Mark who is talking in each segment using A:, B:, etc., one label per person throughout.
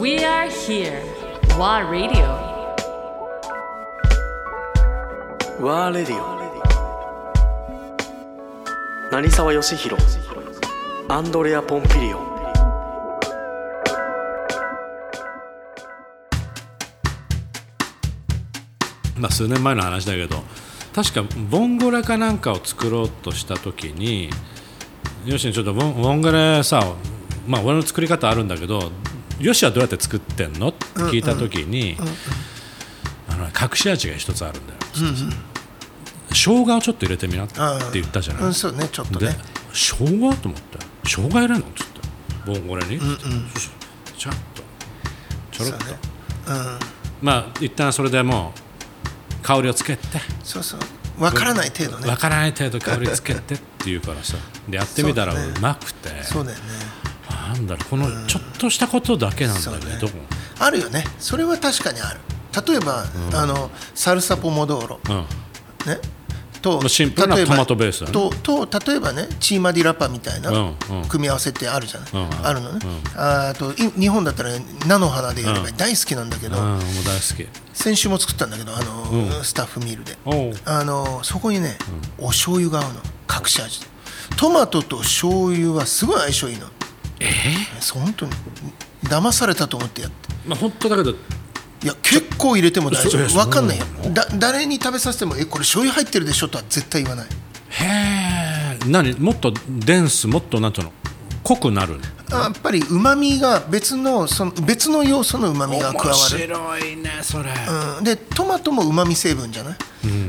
A: We are here. WA Radio.
B: ワーレディオ成沢義弘アンドレア・ポンピリオ
C: まあ、数年前の話だけど確かボンゴラかなんかを作ろうとした時にヨシにちょっとボンボンゴラさ、まあ、俺の作り方あるんだけどヨシはどうやって作ってんのって聞いた時に、あの隠し味が一つあるんだよ、生姜をちょっと入れてみなって言ったじゃない、
D: うん、そうね、ちょっと
C: で
D: ね。
C: 生姜と思って生姜入れるのって言ってボンゴレに、そしたらちゃんとちょろっと、
D: そうね
C: まあ一旦それでもう香りをつけて
D: そうそう。わからない程度ね
C: わ。からない程度香りつけてっていうからさでやってみたら
D: そうだね
C: うまくて、
D: そうだよね。
C: なんだろうこのちょっとしたことだけなんだよ
D: そう
C: ね,、
D: ね
C: どこ
D: あるよね。それは確かにある。例えば、あのサルサポモドーロ
C: も、うん、
D: ね。と
C: うシンプルな
D: 例えば
C: トマトベースだね
D: とと例えばねチーマディラパみたいな
C: うんうん
D: 組み合わせってあるじゃない、
C: うんうん
D: あるのね、あーとい日本だったら菜の花でやればいい
C: うん
D: 大好きなんだけど、
C: うん、もう大好き
D: 先週も作ったんだけどあの、スタッフミールで
C: おう
D: あのそこにね、お醤油が合うの隠し味でトマトと醤油はすごい相性いいのえそう本当に騙されたと思ってやって
C: まあ本当だけど
D: いや結構入れても大丈
C: そう
D: 夫
C: えそう
D: 分かんないよだ誰に食べさせてもえこれ醤油入ってるでしょとは絶対言わない
C: へえ何もっとデンスもっとなんていうの濃くなる
D: やっぱりうまみが別のその別の要素のうまみが加わる
C: 白いねそれ、
D: うんでトマトもうまみ成分じゃない、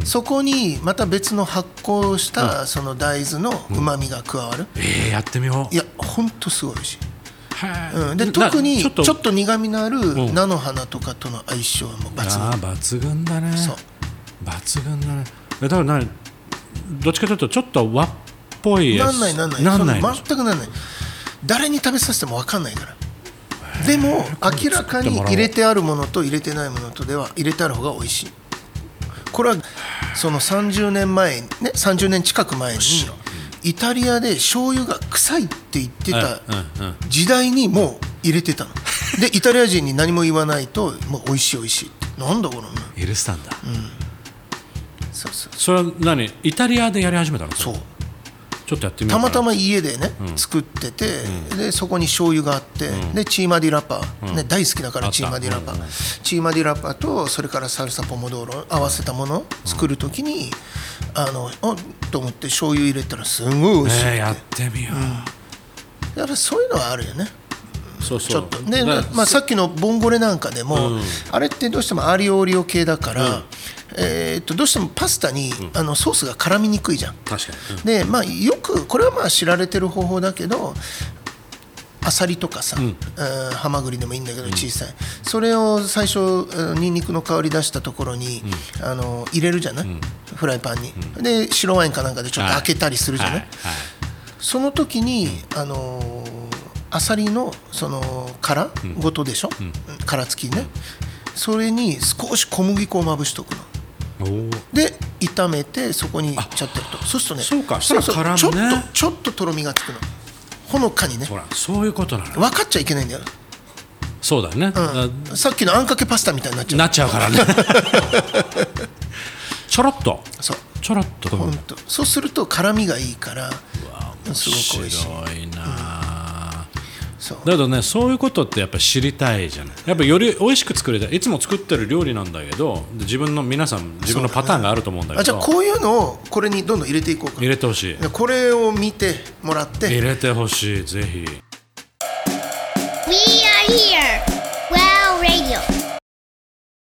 D: そこにまた別の発酵したその大豆のうまみが加わる、
C: えー、やってみよう
D: いやほんとすごい美味しい、
C: へー
D: うん、で
C: な
D: 特にち
C: ちょ
D: ょっ
C: っ
D: と
C: と
D: 苦みのある
C: ん
D: 菜の花とかとの相性はもう抜群
C: ああ抜群だね
D: そう
C: 抜群だねえだから何どっちかというとちょっと和っぽいや
D: な
C: つ
D: んないなんない
C: なんない
D: そ
C: の
D: の全くなんない誰に食べさせても分かんないからでも明らかに入れてあるものと入れてないものとでは入れてある方が美味しいこれはその30年前ね30年近く前にイタリアで醤油が臭いって言ってた
C: うんうん
D: 時代にもう入れてたのでイタリア人に何も言わないともう美味しい美味しいってなんだこの
C: 許したんだ、
D: そうそう
C: それは何イタリアでやり始めたの
D: そう
C: ちょっとやってみよ
D: た
C: うか
D: ま
C: な
D: たま家でね、作ってて、でそこに醤油があって、でチーマディラパ、ね、大好きだか
C: あ
D: ら
C: った
D: チーマディラパ、
C: うんうん
D: チーマディラパとそれからサルサポモドーロ合わせたもの作る時に、あのおっと思って醤油入れたらすんごい美味し
C: え
D: い、
C: ー、やってみよう、
D: だからそういうのはあるよね
C: そうそう
D: ちょっとで、
C: だ
D: まあ、さっきのボンゴレなんかでも、あれってどうしてもアリオーリオ系だから、えーっとどうしてもパスタに、あのソースが絡みにくいじゃん
C: 確かに、うん
D: でまあよくこれはまあ知られてる方法だけどアサリとかさ、うんハマグリでもいいんだけど小さい、それを最初うんニンニクの香り出したところに、あの入れるじゃない、フライパンに、で白ワインかなんかでちょっと開けたりするじゃない、
C: はいはい
D: その時に、あのーアサリのその殻ごとでしょ、殻付きねそれに少し小麦粉をまぶしとくの
C: おー
D: で炒めてそこにちゃってるとそうするとね
C: そうかそしたら
D: そうそう
C: 絡むね
D: ちょっとちょっととろみがつくのほのかにね
C: ほらそういうことなの
D: 分かっちゃいけないんだよ、
C: そうだよね、
D: うんさっきのあんかけパスタみたいになっちゃう
C: なっちゃうからね ちょろっと
D: そう
C: ちょろっと
D: ほんとそうすると辛みがいいからすごく美味しい
C: 白いなあ、
D: そう
C: だけどねそういうことってやっぱ知りたいじゃないやっぱより美味しく作りたいいつも作ってる料理なんだけど自分の皆さん自分のパターンがあると思うんだ
D: あ
C: け
D: じゃ
C: ど
D: あこういうのをこれにどんどん入れていこうか
C: 入れてほしい
D: これを見てもらって
C: 入れてほしいぜひ
E: We are here.